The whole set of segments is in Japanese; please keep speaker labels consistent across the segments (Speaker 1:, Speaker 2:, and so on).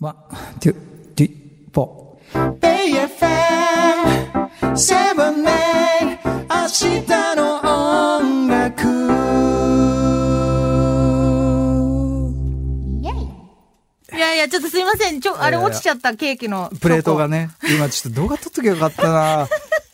Speaker 1: ワン、ツー、ティー、フォー。
Speaker 2: BFM7 年明日の音楽
Speaker 3: いやいや、ちょっとすいません。ちょ、あれ
Speaker 1: いやいや
Speaker 3: 落ちちゃったケーキの。
Speaker 1: プレートが。ね、今ちょっと動画撮っときゃよかった な。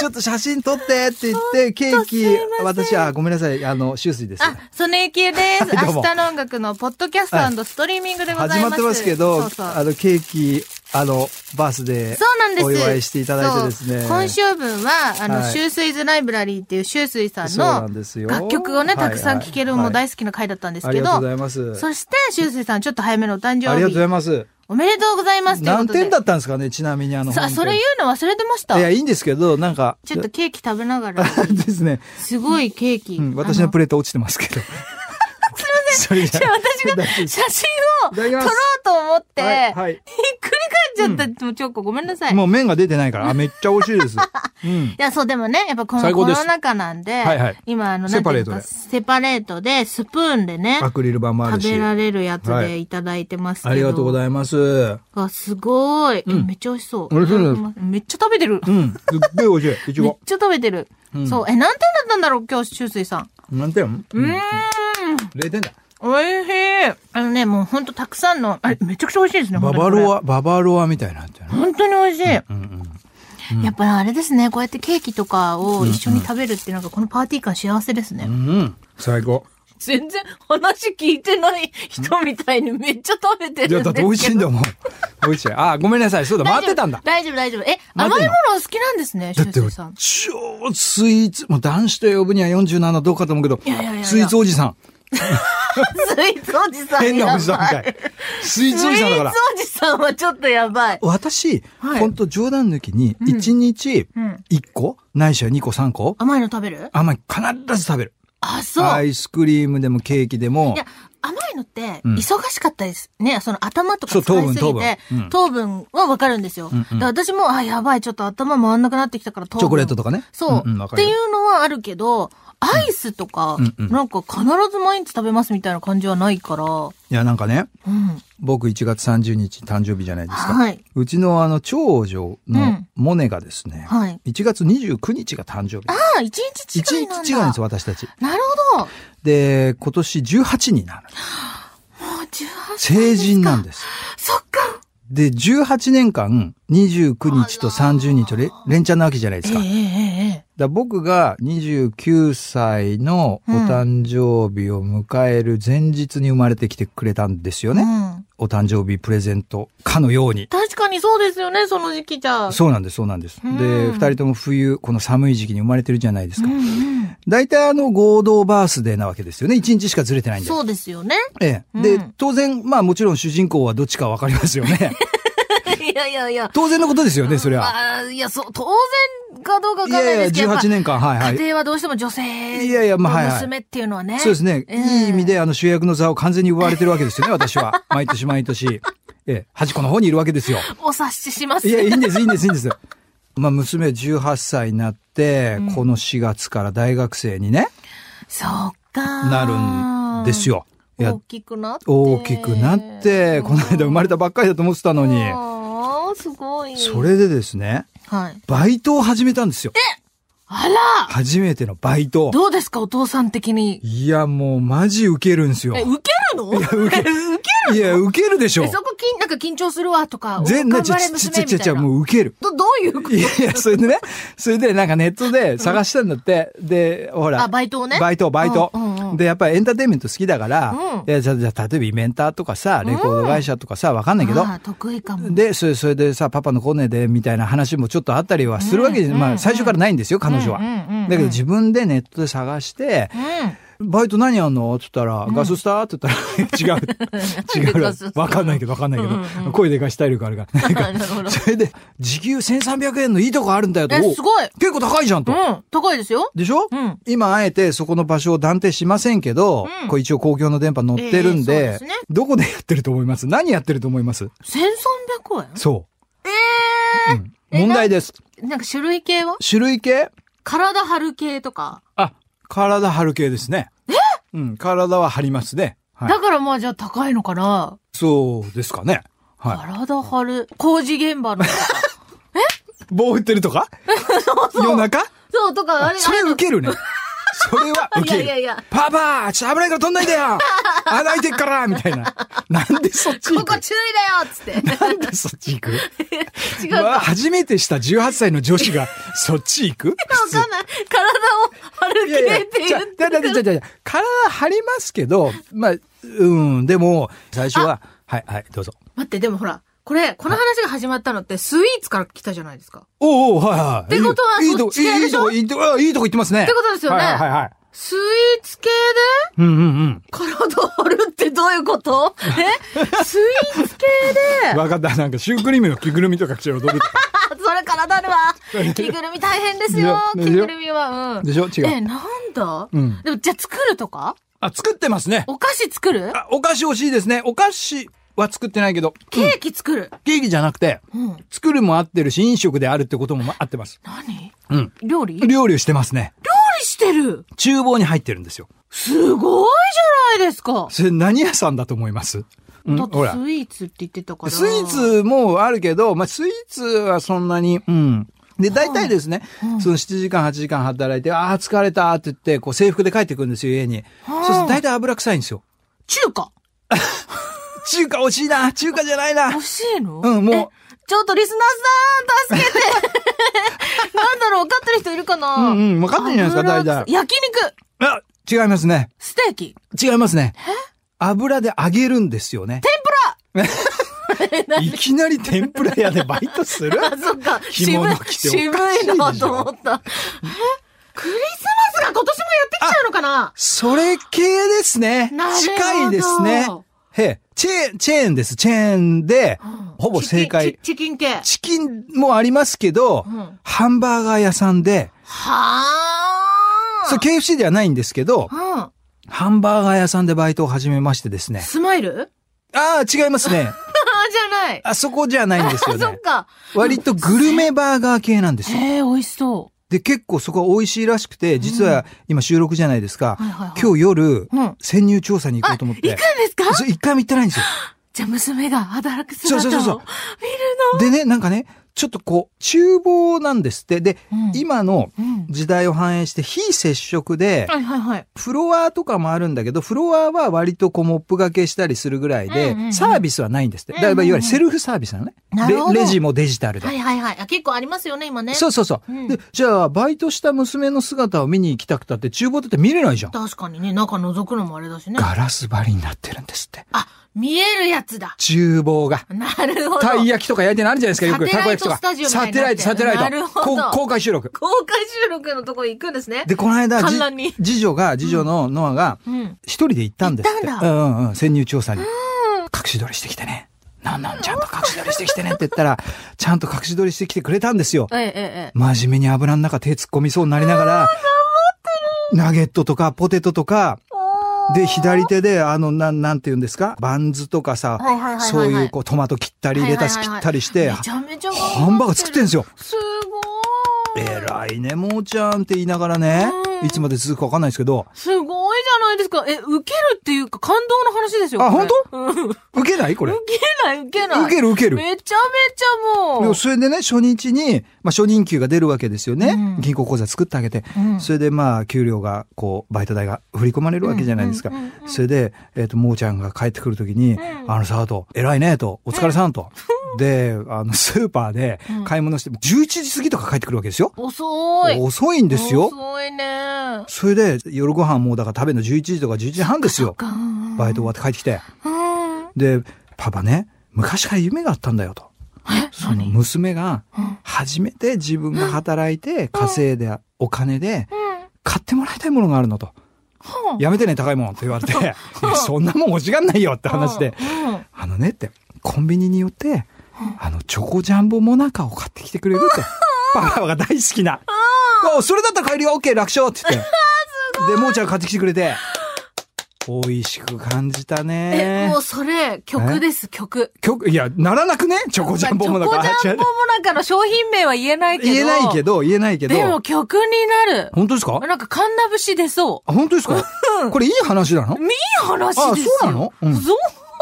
Speaker 1: ちょっと写真撮ってって言って、ケーキ、私、あ、ごめんなさい、あの、終水です。
Speaker 3: あ、ソネイキ です。
Speaker 1: はいどうも
Speaker 3: 明日の音楽のポッドキャストストリーミングでございます。
Speaker 1: 始まってますけど、
Speaker 3: そうそう
Speaker 1: あの、ケーキ、あの、バースで
Speaker 3: そうなんです。
Speaker 1: お祝いしていただいてですね。
Speaker 3: そう今週分は、あの、
Speaker 1: はい
Speaker 3: シュースイズライブラリーっていうシュースイさん
Speaker 1: そうな
Speaker 3: の
Speaker 1: んですよ
Speaker 3: 楽曲をね、たくさん聴けるのも
Speaker 1: はいはい
Speaker 3: 大好きな回だったんです
Speaker 1: あり
Speaker 3: け
Speaker 1: が
Speaker 3: ど、
Speaker 1: とうございます。
Speaker 3: そして、シュースイさん、ちょっと早めのお誕
Speaker 1: あ
Speaker 3: 生
Speaker 1: りがとうござい
Speaker 3: 日。
Speaker 1: ます。
Speaker 3: おめでとうございますというこ
Speaker 1: 何
Speaker 3: とで。
Speaker 1: 点だったんですかね、ちなみにあの、
Speaker 3: さあ、
Speaker 1: 本当に
Speaker 3: それ言うの忘れてました
Speaker 1: い。や、いいんですけど、なんか、
Speaker 3: ちょっとケーキ食べなが ら、
Speaker 1: ですね、
Speaker 3: すごいケーキ。
Speaker 1: うん、私のプレート落ちてます けど。すみません。
Speaker 3: 私が写真を
Speaker 1: い
Speaker 3: 撮
Speaker 1: ただき
Speaker 3: ろ
Speaker 1: ます
Speaker 3: うと思って、
Speaker 1: はいはい
Speaker 3: ひっくり返っちゃった、もうチョコごめんなさい。
Speaker 1: もう麺が出てないから、あ、めっちゃ美味しい です。うん。
Speaker 3: いや、そう、でもね、やっぱこの
Speaker 1: 最
Speaker 3: コ
Speaker 1: 高です
Speaker 3: ロナ禍なんで、
Speaker 1: はいはい
Speaker 3: 今、あの、
Speaker 1: セパレートで
Speaker 3: なんていうんですかセパレートで、スプーンでね、
Speaker 1: アクリル板もある
Speaker 3: 食
Speaker 1: し。
Speaker 3: べられるやつ
Speaker 1: は
Speaker 3: で
Speaker 1: い
Speaker 3: いただいてますけど。
Speaker 1: ありがとうございます。うん。
Speaker 3: あすごい、
Speaker 1: うん
Speaker 3: めっちゃ美味しそう。
Speaker 1: 美味しいです
Speaker 3: めっちゃ食べてる。
Speaker 1: すっげえ美味しい。いち
Speaker 3: めっ
Speaker 1: ご。
Speaker 3: ちゃ食べてる。
Speaker 1: うん
Speaker 3: そう、え、何点だったんだろう、今日、秋水さん。
Speaker 1: 何点
Speaker 3: う
Speaker 1: う
Speaker 3: ーん
Speaker 1: ん。。0点だ。
Speaker 3: おいしい。あのね、もうほんとたくさんの、あれ、めちゃくちゃ美味しいですね。
Speaker 1: ババロ
Speaker 3: ア。
Speaker 1: ア、ババロアみたいになってる。
Speaker 3: 本当に美味しい。
Speaker 1: うんうん。
Speaker 3: やっぱりあれですね、こうやってケーキとかを一緒に食べるっていうのがこのパーティー感幸せですね。
Speaker 1: うんうん。最 高。
Speaker 3: 全然話聞いてない人みたいにめっちゃ食べて
Speaker 1: いや、だって美味しいん だもん。美味しい。あ、ごめんなさい。そうだ、回っ
Speaker 3: 大丈夫
Speaker 1: てたんだ。
Speaker 3: 大丈夫、大丈夫。え、
Speaker 1: 待っ
Speaker 3: 甘
Speaker 1: て
Speaker 3: い
Speaker 1: ん
Speaker 3: も
Speaker 1: の
Speaker 3: のお好きなんですね、
Speaker 1: だ
Speaker 3: シュ
Speaker 1: っ
Speaker 3: ウ
Speaker 1: て
Speaker 3: セイ
Speaker 1: 俺
Speaker 3: さん、。
Speaker 1: 超スイーツ、もう男子と呼ぶには47どうかと思うけど
Speaker 3: いやいやいやい、や
Speaker 1: スイーツおじさん。
Speaker 3: スイーツおじさん。
Speaker 1: 変なおじさんみた
Speaker 3: やば
Speaker 1: い。スイー
Speaker 3: ス
Speaker 1: ツお
Speaker 3: イ
Speaker 1: じさんだか
Speaker 3: ー
Speaker 1: ら
Speaker 3: ツ。おじさんはちょっとやばい。
Speaker 1: 私、
Speaker 3: はい
Speaker 1: ほんと冗談抜きに、
Speaker 3: ん
Speaker 1: 1日
Speaker 3: うん
Speaker 1: 1個、ないしは2個3個、
Speaker 3: 甘いの食べる
Speaker 1: 甘い、必ず食べる。
Speaker 3: あ、そう。
Speaker 1: ア
Speaker 3: い
Speaker 1: イスクリームでもケーキでも
Speaker 3: や、甘いのって、
Speaker 1: うん
Speaker 3: 忙しかったです。ね、その頭と
Speaker 1: そ
Speaker 3: か
Speaker 1: う
Speaker 3: 使いすぎて、
Speaker 1: 糖分糖分うん
Speaker 3: 糖分はわかるんですよ。
Speaker 1: んうん
Speaker 3: で私も、あ、やばい、ちょっと頭回んなくなってきたから糖分。
Speaker 1: チョコレートとかね。
Speaker 3: そう、
Speaker 1: んんわ
Speaker 3: っ
Speaker 1: か
Speaker 3: て
Speaker 1: るよ
Speaker 3: いうのはあるけど、アイスとか、
Speaker 1: うんうん
Speaker 3: なんか必ず毎日食べますみたいな感じはないから、う
Speaker 1: いや、なんかね、
Speaker 3: ん。
Speaker 1: 僕1月30日誕生日じゃないですか。
Speaker 3: はいう
Speaker 1: ちのあの、長女
Speaker 3: う
Speaker 1: の
Speaker 3: ん
Speaker 1: モネがですね、
Speaker 3: はい。
Speaker 1: 1月29日が誕生日。
Speaker 3: ああ、一日
Speaker 1: 1
Speaker 3: 違いなんだ。
Speaker 1: 日違うんですよ、私たち。
Speaker 3: なるほど。も
Speaker 1: で、今年18になる。
Speaker 3: う18歳
Speaker 1: 成人なん
Speaker 3: で
Speaker 1: です。
Speaker 3: すか。そっか。
Speaker 1: で、18年間、29日と30日とれ連チャンなわけじゃないで
Speaker 3: え
Speaker 1: す
Speaker 3: え
Speaker 1: か。
Speaker 3: え
Speaker 1: だから僕が29歳のお誕生日を迎える前日に生まれてきてくれたんですよ
Speaker 3: えええ。
Speaker 1: ね。
Speaker 3: うん。
Speaker 1: お誕生日プレゼントかのように。
Speaker 3: 確かにそうですよね、その時期じゃ。
Speaker 1: そうなんです、そうなんです。
Speaker 3: うん
Speaker 1: で、二人とも冬、この寒い時期に生まれてるじゃないです
Speaker 3: う
Speaker 1: か。
Speaker 3: ん
Speaker 1: 大体あの合同バースデーなわけですよね。一日しかずれてな
Speaker 3: う
Speaker 1: いん
Speaker 3: ん。
Speaker 1: で。
Speaker 3: そうですよね。
Speaker 1: ええ。
Speaker 3: うん
Speaker 1: で、当然、まあもちろん主人公はどっちかわかりますよ ね。
Speaker 3: いやいやいや。
Speaker 1: 当然のことですよね、それ は。
Speaker 3: あーいや、そう、当然かどうかわ
Speaker 1: い
Speaker 3: かんない
Speaker 1: やいや、
Speaker 3: ですけど、やっぱ
Speaker 1: 18年間、はいはい
Speaker 3: 家。庭はどうしても女性
Speaker 1: いやいやまあはいはい
Speaker 3: と娘っていうのはね。
Speaker 1: そうですね。
Speaker 3: うん
Speaker 1: いい意味で、あの、主役の座を完全に奪われてるわけですよ ね、私は。毎年毎年。ええ、端っこの方にいるわけですよ。
Speaker 3: お察しします
Speaker 1: いや、いいんです、いいんです、いいんです。まあ、娘18歳になって、
Speaker 3: うん
Speaker 1: この4月から大学生にね、
Speaker 3: そうか。
Speaker 1: なるんです。よ。いや
Speaker 3: 大、きくなって。
Speaker 1: 大きくなって、この間生まれたばっかりだと思ってたのに、
Speaker 3: ああ、すごい。
Speaker 1: そ。れでですね、
Speaker 3: はい。
Speaker 1: バイトを始めたんですよ。
Speaker 3: あら
Speaker 1: 初めてのバイト。
Speaker 3: どうですか、お父さん的に。
Speaker 1: いや、もうマジウケるんですよ
Speaker 3: え、。受けるの受ける。
Speaker 1: いや、ウケるでしょ
Speaker 3: え、。そこきん、なんか緊張するわとか。
Speaker 1: 全
Speaker 3: お
Speaker 1: 然、
Speaker 3: 頑
Speaker 1: ち
Speaker 3: 張
Speaker 1: ゃ
Speaker 3: れ
Speaker 1: ちゃち
Speaker 3: 娘
Speaker 1: ゃちゃ
Speaker 3: み
Speaker 1: ち
Speaker 3: たい
Speaker 1: ゃ、
Speaker 3: な。
Speaker 1: もうウ ケる。
Speaker 3: ど、どういうこと
Speaker 1: いやいや、それでね、それでなんかネットで探したんだって。で、ほら。
Speaker 3: あバイトをね
Speaker 1: バイト、バイト
Speaker 3: うんうんうん。
Speaker 1: で、やっぱりエンターテインメント好きだから
Speaker 3: うん、
Speaker 1: えじゃあじゃあ例えばイベンターとかさ、レコード会社とかさ、わかんないけど
Speaker 3: あ。ー得意かも。
Speaker 1: で、それ、それでさ、パパのコネで、みたいな話もちょっとあったりはするわけじゃ、
Speaker 3: うんうん
Speaker 1: まあ、最初からないんですよ、彼女
Speaker 3: うんうんうんう
Speaker 1: は
Speaker 3: ん。
Speaker 1: だけど自分でネットで探して、
Speaker 3: う
Speaker 1: バイト何やんのって言ったら、ガススターって言ったら、 違 う。違う
Speaker 3: ガススター
Speaker 1: わ。わかんないけど、わかんないけど、声でかしたい力ある から。なんか
Speaker 3: ん。なるほど。
Speaker 1: それで、時給1300円のいいとこあるんだよと。
Speaker 3: え
Speaker 1: お
Speaker 3: すごい
Speaker 1: 結構高いじゃんと。
Speaker 3: うん。高いですよ。
Speaker 1: でしょ、
Speaker 3: うん
Speaker 1: 今、あえてそこの場所を断定しませんけど、
Speaker 3: うん
Speaker 1: こう一応公共の電波乗ってるんで、
Speaker 3: ええそうですね
Speaker 1: どこでやってると思います何やってると思います
Speaker 3: 1300円
Speaker 1: そ
Speaker 3: え
Speaker 1: う、
Speaker 3: え
Speaker 1: うん
Speaker 3: え
Speaker 1: 問題です。
Speaker 3: ー。なんか種類系は
Speaker 1: 種類系
Speaker 3: 体張る系とか。
Speaker 1: あ、体張る系ですね。えうん、体は張りますね。はい
Speaker 3: だ。からまあじゃあ高いのかな。
Speaker 1: そうですかね。はい
Speaker 3: 体張る。工事現場の。
Speaker 1: 棒振ってるとか夜中
Speaker 3: そう、とか、あれ、
Speaker 1: それ受けるね。それ は受ける。
Speaker 3: いやいやいや
Speaker 1: パパちょっと危ないから飛んないで よ穴開いてっからみたいな。なんでそっち行
Speaker 3: こ
Speaker 1: く
Speaker 3: こ注 意だよっつっ
Speaker 1: なんでそっち行く
Speaker 3: て。 違う
Speaker 1: うわ
Speaker 3: か。
Speaker 1: 初めてした18歳の女子 が、そっち行く
Speaker 3: わかんない。体を張る
Speaker 1: いやいや、
Speaker 3: 系って
Speaker 1: じ
Speaker 3: 言
Speaker 1: ゃ
Speaker 3: っ
Speaker 1: あ
Speaker 3: てる
Speaker 1: じゃあじゃあじゃあじゃあ体張りますけど、まあ、うん、でも、最初は、はい、はい、どうぞ。
Speaker 3: 待って、でもほら、これ、この話が始まったのってスイーツから来たじゃないですか。
Speaker 1: おうおうはいはい。
Speaker 3: ってことはい
Speaker 1: いとこ、
Speaker 3: そっち系
Speaker 1: い
Speaker 3: で
Speaker 1: い
Speaker 3: し
Speaker 1: と
Speaker 3: ょ
Speaker 1: こ、いいとこ、あいいとこ行ってますね。って
Speaker 3: ことですよね
Speaker 1: はいはいはい。
Speaker 3: スイーツ系
Speaker 1: う
Speaker 3: で
Speaker 1: んうん
Speaker 3: 体を張るってどういうことえスイーツ系
Speaker 1: うん。
Speaker 3: で
Speaker 1: わかった。なんかシュークリームの着ぐるみとか着て踊るとか。
Speaker 3: あ、それ体張る わ。着ぐるみ大変です
Speaker 1: い
Speaker 3: よ
Speaker 1: や。
Speaker 3: 着ぐるみは。うん。
Speaker 1: でしょ違う
Speaker 3: え、なんだ
Speaker 1: うん
Speaker 3: でも、じゃあ作るとか
Speaker 1: あ、作ってますね。
Speaker 3: お菓子作る
Speaker 1: あ、お菓子欲しいですね。お菓子は作ってないけど、
Speaker 3: ケーキ作る。
Speaker 1: ケーキじゃなくて、
Speaker 3: うん。
Speaker 1: 作るも合ってるし、飲食であるってことも合ってます。
Speaker 3: 何
Speaker 1: うん。
Speaker 3: 料理料理
Speaker 1: 料理をしてますね。
Speaker 3: してる
Speaker 1: 厨房に入ってるんですよ。
Speaker 3: すごいじゃないですか。
Speaker 1: それ何屋さんだと思いますうん
Speaker 3: だって
Speaker 1: ほら。
Speaker 3: スイーツって言ってたから。
Speaker 1: スイーツもあるけど、まあ、スイーツはそんなに、うん。で、大体ですね、その7時間、8時間働いて、ああ、疲れたって言って、こう制服で帰ってくるんですよ、家に。
Speaker 3: は
Speaker 1: そう
Speaker 3: あ
Speaker 1: すると大体油臭いんですよ。
Speaker 3: 中華
Speaker 1: 中華惜しいな中華じゃないな
Speaker 3: 欲しいの
Speaker 1: うん、も
Speaker 3: えちょっとリスナーさ ん、助けてなんだろう、分かってる人いるかな
Speaker 1: う、うんうん、分かってるんじゃないですか、大
Speaker 3: 油
Speaker 1: 体。
Speaker 3: 焼肉
Speaker 1: あ、違いますね。
Speaker 3: ステーキ
Speaker 1: 違いますね。油で揚げるんですよね。 天ぷらいきなり天ぷら屋でバイト する
Speaker 3: あ、そっか。渋い
Speaker 1: 着物着ておかしいでしょ
Speaker 3: 渋いなと思った。えクリスマスが今年もやってきちゃうのかな
Speaker 1: それ系ですね
Speaker 3: なる。ほど
Speaker 1: 近いですね。へえチェーン、チェーンです。チェーンで、 ほぼ正解。
Speaker 3: チキンチキン系。
Speaker 1: チキンもありますけど、
Speaker 3: うん
Speaker 1: ハンバーガー屋さんで、
Speaker 3: は
Speaker 1: それ KFC ではないんですけど、
Speaker 3: あ。うん。
Speaker 1: ハンバーガー屋さんでバイトを始めましてですね。
Speaker 3: スマイル
Speaker 1: ああ、違いますね。
Speaker 3: じゃない。
Speaker 1: あそこじゃないん ですよ
Speaker 3: そっ
Speaker 1: ね。
Speaker 3: か。
Speaker 1: 割とグルメバーガー系なんですよ。
Speaker 3: ええ、美味しそ
Speaker 1: で、結構そこは美味しいらしくて、実は今収録じゃないですか。
Speaker 3: う。はいはいはい。
Speaker 1: 今日夜、
Speaker 3: うん
Speaker 1: 潜入調査に行こうと思っ
Speaker 3: 行く
Speaker 1: て
Speaker 3: ん。ですか
Speaker 1: それ一回も行ってないんですよ。
Speaker 3: じゃあ娘が働く姿を
Speaker 1: そうそうそうそう
Speaker 3: 見る
Speaker 1: でね、なんかね、ちょっとこう、厨房なんですって。で、
Speaker 3: うん
Speaker 1: 今の
Speaker 3: の。うん。
Speaker 1: 時代を反映して非接触で、
Speaker 3: はいはいはい。
Speaker 1: フロアとかもあるんだけど、フロアは割とこう、モップがけしたりするぐらいで、
Speaker 3: うんうんうん
Speaker 1: サービスはないんですって。だからい
Speaker 3: うん
Speaker 1: わ
Speaker 3: うんうん
Speaker 1: ゆるセルフサービスなのね。
Speaker 3: なるほど
Speaker 1: レレジもデジタルで。
Speaker 3: はいはいはいあ。結構ありますよね、今ね。
Speaker 1: そうそうそう、
Speaker 3: うん
Speaker 1: で、じゃあ、バイトした娘の姿を見に行きたくたって、厨房だって見れないじゃん。
Speaker 3: 確かにね、中覗くのもあれだしね。
Speaker 1: ガラス張りになってるんですって。
Speaker 3: あ、見えるやつだ。
Speaker 1: 厨房が。
Speaker 3: なるほど。
Speaker 1: たい焼きとか焼いてのあるじゃないですか、よく。た
Speaker 3: サテ
Speaker 1: こ
Speaker 3: ライ
Speaker 1: 焼き
Speaker 3: ト
Speaker 1: とか
Speaker 3: スタジオ。みたい
Speaker 1: サ
Speaker 3: に
Speaker 1: テ
Speaker 3: なっ
Speaker 1: ラ
Speaker 3: て
Speaker 1: イト、サテライト。
Speaker 3: なるほど
Speaker 1: こう公開収録。
Speaker 3: 公開収録のとこ行くんですね。
Speaker 1: で、この間、
Speaker 3: 観
Speaker 1: じ
Speaker 3: 覧に
Speaker 1: 次女が、次女のノアが、
Speaker 3: うん。
Speaker 1: 一人で行ったんですって。
Speaker 3: 行ったんだ
Speaker 1: うんうんうん、潜入調査に。隠し撮りしてきてね。なんなん、ちゃんと隠し撮りしてきてねって言ったら、ちゃんと隠し撮りしてきてくれたんですよ。
Speaker 3: ええええ。
Speaker 1: 真面目に油の中手突っ込みそうになりながら、ナゲットとかポテトとか、で、左手で、あの、なん、なんて言うんですかバンズとかさ
Speaker 3: はいはいはいはいは、い
Speaker 1: そういう、こう、トマト切ったり、
Speaker 3: はい
Speaker 1: レ
Speaker 3: はいはい
Speaker 1: タス切ったりして、
Speaker 3: めちゃめちゃ頑張ってる
Speaker 1: ハンバーガー作ってんですよ。
Speaker 3: すごーい。
Speaker 1: えらいね、もーちゃんって言いながらね、
Speaker 3: うん
Speaker 1: いつまで続くかわかんないですけど、
Speaker 3: すごいじゃないですか。え、受けるっていうか感動の話ですよ。
Speaker 1: あ
Speaker 3: これ
Speaker 1: 本
Speaker 3: うん。受
Speaker 1: 受けないこれ。
Speaker 3: けない、受けない。
Speaker 1: 受ける受ける
Speaker 3: めちゃめちゃも
Speaker 1: で
Speaker 3: う。
Speaker 1: もそれでね、初日に、まあ、初任給が出るわけですよね。
Speaker 3: うん
Speaker 1: 銀行口座作ってあげて。
Speaker 3: うん
Speaker 1: それで、まあ、給料が、こう、バイト代が振り込まれるわけじゃないですか
Speaker 3: うんうんうんう。ん
Speaker 1: それで、えっ、と、もーちゃんが帰ってくるときに、
Speaker 3: ん
Speaker 1: あのさ、あと、偉いね、と、お疲れさんと。で、あの、スーパーで
Speaker 3: うん
Speaker 1: 買い物して、11時過ぎとか帰ってくるわけですよ。
Speaker 3: 遅い。
Speaker 1: 遅いんですよ。
Speaker 3: 遅いね。
Speaker 1: それで、夜ご飯もうだから食べるの11時とか11時半ですよ。
Speaker 3: うん
Speaker 1: バイト終わって帰ってきて。
Speaker 3: うん。
Speaker 1: で、パパね、昔から夢があったんだよと。その娘が、初めて自分が働いて稼いでお金で、買ってもらいたいものがあるのと。やめてね、高いもんって言われて、いやそんなもん欲しがんないよって話で、
Speaker 3: うんうん
Speaker 1: あのねって、コンビニによって、あの、チョコジャンボモナカを買ってきてくれるって。パパが大好きな。あそれだったら帰りは OK、楽勝って言って。で、もーちゃんが買ってきてくれて、美味しく感じたね。
Speaker 3: え、もうそれ、曲です、曲。
Speaker 1: 曲、いや、ならなくねチョコジャンボもなん
Speaker 3: ま
Speaker 1: か。
Speaker 3: あチョコジャンボもなんかの商品名は言えないけど。
Speaker 1: 言えないけど、言えないけど。
Speaker 3: でも曲になる。
Speaker 1: 本当ですか
Speaker 3: なんか、カンナ節出そ
Speaker 1: あ、本当ですかこれいい話なの
Speaker 3: う。いい話ですよ。
Speaker 1: あそうなのうん
Speaker 3: そう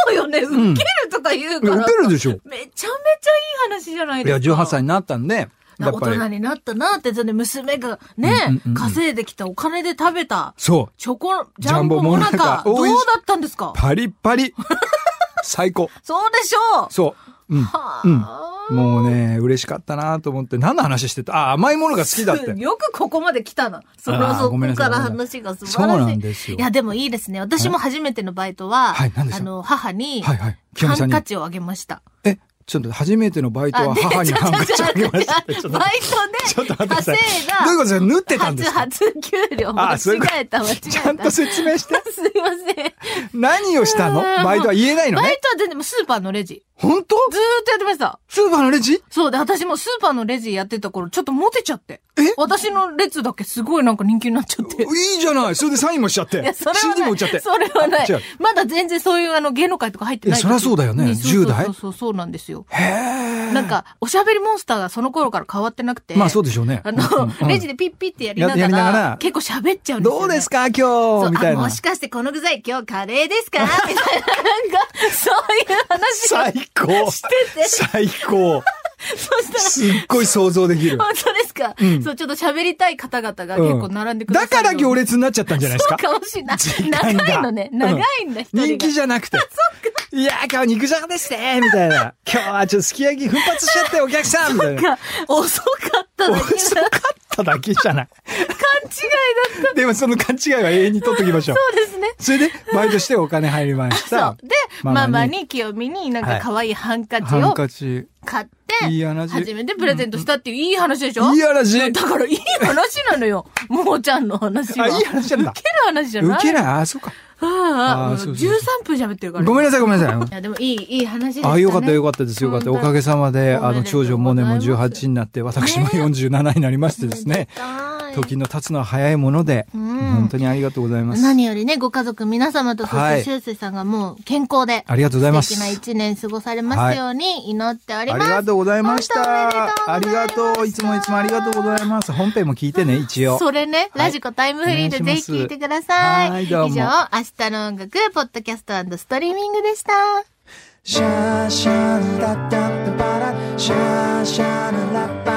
Speaker 3: そうよね。
Speaker 1: ん
Speaker 3: ウケるとか言うから。
Speaker 1: いやウケるでしょ
Speaker 3: めちゃめちゃいい話じゃない
Speaker 1: い
Speaker 3: で
Speaker 1: や、
Speaker 3: すか。
Speaker 1: 18歳になったんで、や
Speaker 3: な
Speaker 1: っ
Speaker 3: 大
Speaker 1: ぱ
Speaker 3: 人
Speaker 1: り、
Speaker 3: になったなって、それで娘がね、
Speaker 1: うんうんうんうん
Speaker 3: 稼いできたお金で食べた、
Speaker 1: そう、
Speaker 3: チョコ、ジャンボモナ
Speaker 1: ジャ
Speaker 3: カ、
Speaker 1: ンボ
Speaker 3: ど
Speaker 1: モナカ美
Speaker 3: うだ
Speaker 1: 味しい
Speaker 3: ったんですか
Speaker 1: パリッパリ最高
Speaker 3: そうでしょう
Speaker 1: そう。うん。
Speaker 3: はあ
Speaker 1: うん。もうね、嬉しかったなと思って、何の話してたあ、甘いものが好きだって。
Speaker 3: よくここまで来たな。それ
Speaker 1: あ
Speaker 3: は
Speaker 1: ー
Speaker 3: そ
Speaker 1: ごめん
Speaker 3: こ
Speaker 1: なさ
Speaker 3: か
Speaker 1: い
Speaker 3: ら
Speaker 1: ごめんな
Speaker 3: 話が素晴
Speaker 1: そ
Speaker 3: らしい。
Speaker 1: うなんですよ
Speaker 3: いや、でもいいですね。私も初めてのバイトは、
Speaker 1: はい何でし
Speaker 3: あ
Speaker 1: た
Speaker 3: の、母に、
Speaker 1: はいはい清
Speaker 3: ハ
Speaker 1: 美さん
Speaker 3: ン
Speaker 1: に
Speaker 3: カチをあげました。
Speaker 1: え、ちょっと初めてのバイトは
Speaker 3: で
Speaker 1: 母にハンカチあげました。
Speaker 3: ちょっと
Speaker 1: ちょっと
Speaker 3: 待って
Speaker 1: ちょ
Speaker 3: バ
Speaker 1: っと
Speaker 3: イト
Speaker 1: 待ってく
Speaker 3: で
Speaker 1: ださ
Speaker 3: 稼
Speaker 1: い
Speaker 3: いだ。
Speaker 1: どういうことですか縫ってたんですか
Speaker 3: 初、初給料。間
Speaker 1: あそうい
Speaker 3: 違
Speaker 1: うこと
Speaker 3: えた、間違えた。
Speaker 1: ちゃんと説明して。
Speaker 3: すいません。
Speaker 1: 何をしたの
Speaker 3: うん
Speaker 1: バイトは言えないの
Speaker 3: バイ
Speaker 1: ね。
Speaker 3: トは全然、もうスーパーのレジ。
Speaker 1: 本当
Speaker 3: ずーっとやってました。
Speaker 1: スーパーのレジ
Speaker 3: そうで、私もスーパーのレジやってた頃、ちょっとモテちゃって。
Speaker 1: え
Speaker 3: 私の列だけすごいなんか人気になっちゃって。い
Speaker 1: いいじゃない。それでサインもしちゃって。
Speaker 3: や、それは
Speaker 1: CD
Speaker 3: な
Speaker 1: も売っちゃって
Speaker 3: い。。それはな
Speaker 1: あ違う
Speaker 3: い。まだ全然そういうあの芸能界とか入ってない
Speaker 1: い
Speaker 3: 時。
Speaker 1: やそりゃそうだよね
Speaker 3: そうそう
Speaker 1: 10代
Speaker 3: そうそう、そうなんですよ。
Speaker 1: へえ。
Speaker 3: なん、か、おしゃべりモンスターがその頃から変わってなくて。
Speaker 1: まあそうでしょうね。
Speaker 3: あの
Speaker 1: うんう、ん
Speaker 3: レジでピッピってやりなが
Speaker 1: ややりながら
Speaker 3: ら、結構喋っちゃうんです
Speaker 1: ど
Speaker 3: よ、ね。
Speaker 1: うです
Speaker 3: か
Speaker 1: か今
Speaker 3: そう
Speaker 1: 日みた
Speaker 3: あ、
Speaker 1: いな
Speaker 3: も。しかしてこの具材今日カレーですかみたいな、なんか、そういう話
Speaker 1: 最
Speaker 3: が
Speaker 1: 高。
Speaker 3: してて、そ
Speaker 1: 最 高。
Speaker 3: したら、
Speaker 1: すっごい想像できる。
Speaker 3: 本当ですか、
Speaker 1: ん
Speaker 3: そう、ちょっと喋りたい方々が
Speaker 1: うん
Speaker 3: 結構並んでくださ
Speaker 1: だ
Speaker 3: る
Speaker 1: か
Speaker 3: ような、
Speaker 1: ら行列になっちゃったんじゃないです
Speaker 3: そう
Speaker 1: か
Speaker 3: かもしれない
Speaker 1: 時。間が
Speaker 3: 長いのね。
Speaker 1: うん
Speaker 3: 長いんだ、一人が。
Speaker 1: 人気じゃなくて。いやー、今日肉じゃがですねみたいな。今日はちょっとすき焼き奮発しちゃってお客さんみたい な。
Speaker 3: なんか、遅かっただけ
Speaker 1: 遅か
Speaker 3: だ。
Speaker 1: っただけじゃない。
Speaker 3: 勘違いだった。
Speaker 1: でもその勘違いは永遠に取っときましょう。
Speaker 3: そうですね。
Speaker 1: それで、バイトしてお金入りまし
Speaker 3: そ
Speaker 1: た
Speaker 3: う。。で、
Speaker 1: ママ
Speaker 3: マ
Speaker 1: に
Speaker 3: マに清美になんか可愛いハンカチ
Speaker 1: ハン
Speaker 3: を
Speaker 1: カチ。
Speaker 3: 買っ
Speaker 1: いい
Speaker 3: て、
Speaker 1: 話
Speaker 3: 初めてプレゼントしたっていういい話でしょ
Speaker 1: いい話
Speaker 3: だからいい話な のよ。ももちゃんの話
Speaker 1: あ、
Speaker 3: は。
Speaker 1: いい話なんだ
Speaker 3: ウ。ケる話じゃない
Speaker 1: ウケない
Speaker 3: い。
Speaker 1: あ、そうか。
Speaker 3: あ
Speaker 1: あ
Speaker 3: あ、
Speaker 1: ーそうそう
Speaker 3: 13分喋ってるから。
Speaker 1: ごめんなさい、ごめんなさい。
Speaker 3: いや、でもいい、いい話でしたね。
Speaker 1: あ、よかったよかったです。よかった。おかげさまで、あの、
Speaker 3: おめでとう
Speaker 1: 長女モネも18になって、私も47になりましてですね。時の経つのは早いもので、
Speaker 3: ん
Speaker 1: 本当にありがとうございます。
Speaker 3: 何よりね、ご家族皆様と、そし
Speaker 1: は
Speaker 3: て
Speaker 1: い
Speaker 3: 修正さんがもう健康で、
Speaker 1: ありがとうございます
Speaker 3: 素敵な一年過ごされますように祈っており
Speaker 1: あ
Speaker 3: ま
Speaker 1: り
Speaker 3: す。
Speaker 1: がとうございまし。
Speaker 3: 本当おめでとうございましたた
Speaker 1: ありがとう。いつもいつもありがとうございます。本編も聞いてね、一応。
Speaker 3: それね、
Speaker 1: はい
Speaker 3: ラジコタイムフリーで
Speaker 1: お
Speaker 3: ぜ
Speaker 1: 願いします
Speaker 3: ひ聞いてください。
Speaker 1: はい
Speaker 3: 以
Speaker 1: どう
Speaker 3: 上、
Speaker 1: も
Speaker 3: 明日の音楽、ポッドキャストストリーミングでした。
Speaker 2: シャーシャーラッタンパラシャーシャーラッパ